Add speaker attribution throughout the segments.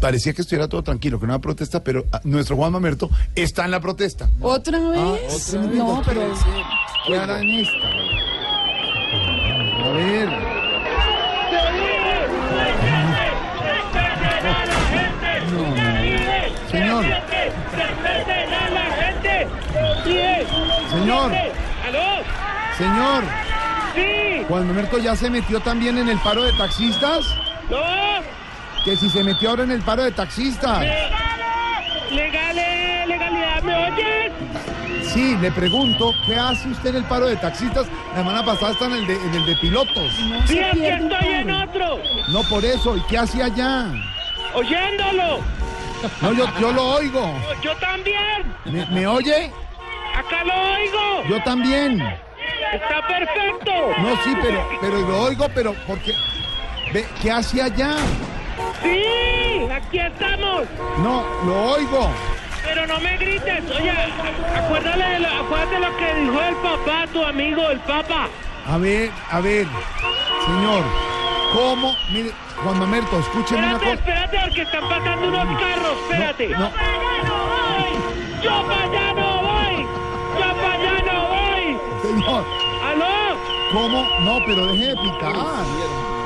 Speaker 1: parecía que estuviera todo tranquilo, que no había protesta, pero ah, nuestro Juan Mamerto está en la protesta.
Speaker 2: ¿Otra vez?
Speaker 1: Ah, Otra vez
Speaker 2: no,
Speaker 1: lo
Speaker 2: pero...
Speaker 1: quiere decir. ¿Qué hará en esta? A ver. Señor. Señor.
Speaker 3: ¿Aló?
Speaker 1: Señor,
Speaker 3: Sí.
Speaker 1: Juan Mamerto ya se metió también en el paro de taxistas.
Speaker 3: No.
Speaker 1: Que si se metió ahora en el paro de taxistas.
Speaker 3: Legales, legalidad, ¿me oyes?
Speaker 1: Sí, le pregunto, ¿qué hace usted en el paro de taxistas? La semana pasada está en el de, en el de pilotos.
Speaker 2: no se
Speaker 3: Sí, aquí
Speaker 2: pierde un
Speaker 3: estoy en
Speaker 2: paro.
Speaker 3: otro.
Speaker 1: No por eso, ¿y qué hace allá?
Speaker 3: Oyéndolo.
Speaker 1: No, yo, yo lo oigo.
Speaker 3: Yo también.
Speaker 1: ¿Me, me oye?
Speaker 3: Acá lo oigo.
Speaker 1: Yo también.
Speaker 3: Está perfecto.
Speaker 1: No, sí, pero, pero lo oigo, pero porque... Ve, ¿Qué hace allá?
Speaker 3: Sí, aquí estamos.
Speaker 1: No, lo oigo.
Speaker 3: Pero no me grites. Oye, acuérdale de lo, acuérdate de lo que dijo el papá, tu amigo, el papa.
Speaker 1: A ver, a ver, señor, ¿cómo? Mire, Juan Mamerto, escúcheme una
Speaker 3: Espérate,
Speaker 1: cosa.
Speaker 3: espérate, porque están pasando unos carros. Espérate.
Speaker 1: No, no.
Speaker 3: Yo para allá no voy. Yo para allá no voy.
Speaker 1: Señor,
Speaker 3: ¿Aló?
Speaker 1: ¿cómo? No, pero deje de picar.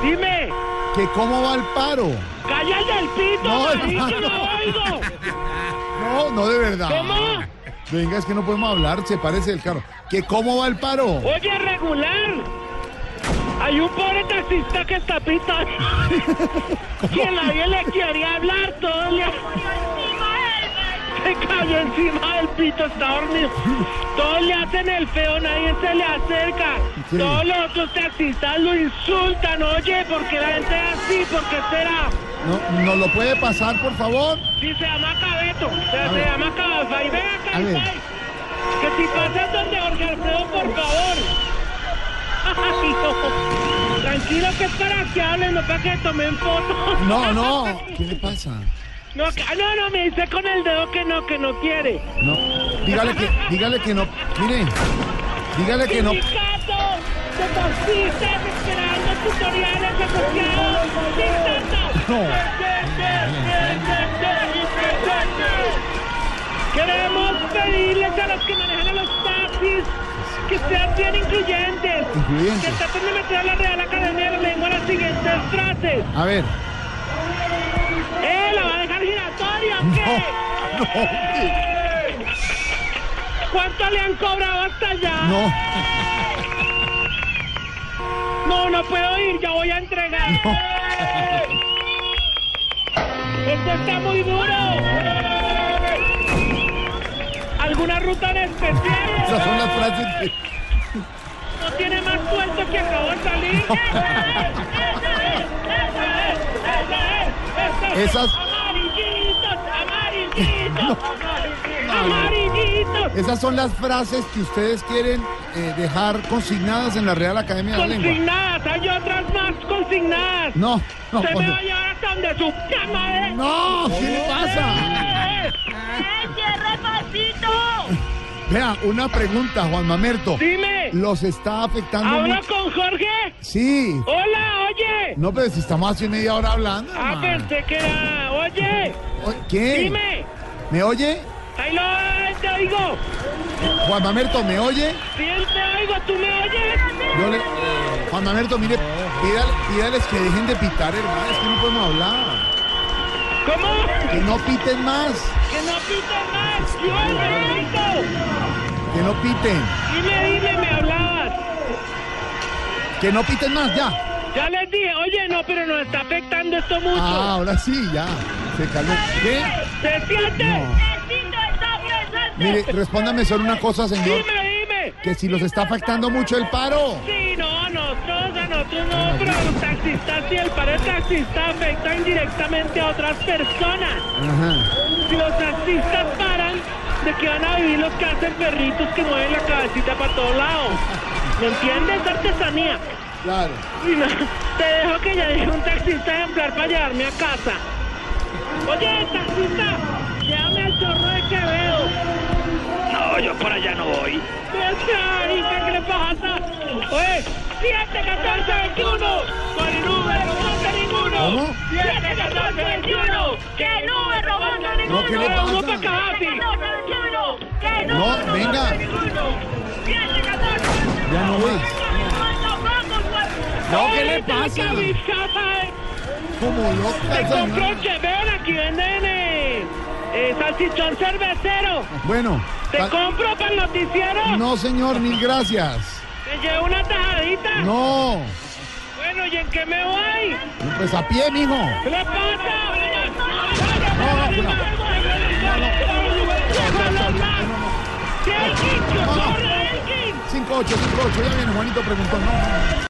Speaker 3: Dime.
Speaker 1: ¿Que ¿Cómo va el paro?
Speaker 3: Cállate el pito,
Speaker 1: No,
Speaker 3: marica,
Speaker 1: hermano.
Speaker 3: no oigo.
Speaker 1: No, no, de verdad.
Speaker 3: ¿Cómo?
Speaker 1: Venga, es que no podemos hablar, se parece el carro. ¿Que ¿Cómo va el paro?
Speaker 3: Oye, regular. Hay un pobre taxista que está pitando. Que nadie le quería hablar, todo le... Se cayó encima del pito, está dormido. Todos le hacen el feo, nadie se le acerca.
Speaker 1: Sí.
Speaker 3: Todos los otros taxistas lo insultan. Oye, ¿por qué la gente es así? ¿Por qué será?
Speaker 1: No, ¿Nos lo puede pasar, por favor?
Speaker 3: Sí, se llama Cabeto. O sea,
Speaker 1: A
Speaker 3: se
Speaker 1: ver.
Speaker 3: llama Cabafay. Ven acá,
Speaker 1: A ver.
Speaker 3: Fay. Que si pasas donde Jorge Alfredo, por favor. Ay, no. Tranquilo, que es para que hablen, no para que tomen fotos.
Speaker 1: No, no. ¿Qué le pasa?
Speaker 3: No, que- ah, no, no, me dice con el dedo que no, que no quiere.
Speaker 1: No. Dígale que, dígale que no. Mire, dígale que no.
Speaker 3: Sindicato de taxistas esperando tutoriales asociados. Sindicato.
Speaker 1: No.
Speaker 3: Queremos pedirles a los que manejan a los taxis que sean bien incluyentes.
Speaker 1: Incluyentes.
Speaker 3: Que traten de meter a la Real Academia de la Lengua las siguientes frases.
Speaker 1: A ver.
Speaker 3: ¡Eh, la va a dejar giratoria o
Speaker 1: No.
Speaker 3: qué?
Speaker 1: No. hombre,
Speaker 3: ¿Cuánto le han cobrado hasta allá?
Speaker 1: No.
Speaker 3: No, no puedo ir, ya voy a entregar. Esto está muy duro. ¿Alguna ruta en
Speaker 1: Esas son
Speaker 3: especial?
Speaker 1: las frases que-
Speaker 3: No tiene más puesto que acabo de salir.
Speaker 1: Esas-
Speaker 3: Amarillitos, amarillitos, amarillitos.
Speaker 1: Esas son las frases que ustedes quieren eh, dejar consignadas en la Real Academia de la Lengua.
Speaker 3: Consignadas, hay otras más consignadas.
Speaker 1: No, no,
Speaker 3: Se me va a
Speaker 1: hombre.
Speaker 3: llevar hasta donde su cama ¿eh? de...
Speaker 1: no, ¿qué le pasa? Vea, una pregunta, Juan Mamerto.
Speaker 3: Dime,
Speaker 1: ¿Los está afectando
Speaker 3: ¿hablo
Speaker 1: mucho?
Speaker 3: con Jorge?
Speaker 1: Sí.
Speaker 3: Hola, oye.
Speaker 1: No, pero si estamos hace media hora hablando.
Speaker 3: Ah,
Speaker 1: hermano.
Speaker 3: pensé que era... Oye,
Speaker 1: Oye, ¿Qué?
Speaker 3: dime.
Speaker 1: ¿Me oye?
Speaker 3: Ahí lo te oigo.
Speaker 1: Juan Mamerto, ¿me oye?
Speaker 3: Sí, te oigo, ¿tú me oyes?
Speaker 1: Yo le... eh, Juan Mamerto, mire, pídale- pídales que dejen de pitar, hermano. Es que no podemos hablar.
Speaker 3: ¿Cómo?
Speaker 1: Que no piten más.
Speaker 3: Que no piten más. Yo me
Speaker 1: Que no piten.
Speaker 3: Dime, dime, me hablabas.
Speaker 1: Que no piten más, ya.
Speaker 3: Ya les dije, oye, no, pero nos está afectando esto mucho.
Speaker 1: Ah, ¿eh? ahora sí, ya. Se caló. ¿Qué?
Speaker 3: ¿Se siente?
Speaker 1: Mire, respóndame solo una cosa, señor.
Speaker 3: Dime, dime.
Speaker 1: Que si los está afectando mucho el paro.
Speaker 3: Sí, no, nosotros, a nosotros no, pero a los taxistas y el paro de taxistas afectan directamente a otras personas.
Speaker 1: Ajá.
Speaker 3: Si los taxistas paran, ¿de qué van a vivir los que hacen perritos que mueven la cabecita para todos lados? ¿Me entiendes? Artesanía.
Speaker 1: Claro.
Speaker 3: Y no, te dejo que ya deje un taxista ejemplar para llevarme a casa. Oye, taxista, llévame al chorro de Quevedo. No, yo por allá no voy. Marica, ¿qué le pasa? Oye, 7, 14, 21. Con el número, no hace ninguno.
Speaker 1: ¿Cómo?
Speaker 3: 7, 14, 21.
Speaker 2: ¡Que nube robando
Speaker 1: No, ¿qué
Speaker 2: ninguno!
Speaker 1: le pasa?
Speaker 3: uno para cada sí.
Speaker 2: 1421! ¡Que nube
Speaker 1: No,
Speaker 2: robando
Speaker 1: venga.
Speaker 2: ninguno! ¡Siete, catorce,
Speaker 1: Ya no voy.
Speaker 3: No,
Speaker 1: ¿qué le pasa? Como loca
Speaker 3: Te
Speaker 1: esa
Speaker 3: compró
Speaker 1: señora.
Speaker 3: un cheveón aquí venden eh, eh, salchichón cervecero.
Speaker 1: Bueno,
Speaker 3: Te
Speaker 1: pa-
Speaker 3: compro para el noticiero.
Speaker 1: no señor, mil gracias.
Speaker 3: Te llevo una tajadita.
Speaker 1: No,
Speaker 3: Bueno, ¿y en qué me voy?
Speaker 1: pues a pie, mijo.
Speaker 3: ¿Qué le pasa?
Speaker 1: No, no, no.
Speaker 3: ¡Delkin, que
Speaker 1: No, no.
Speaker 3: corre, Delkin!
Speaker 1: 5-8, 5-8, ya viene Juanito preguntó. No, no.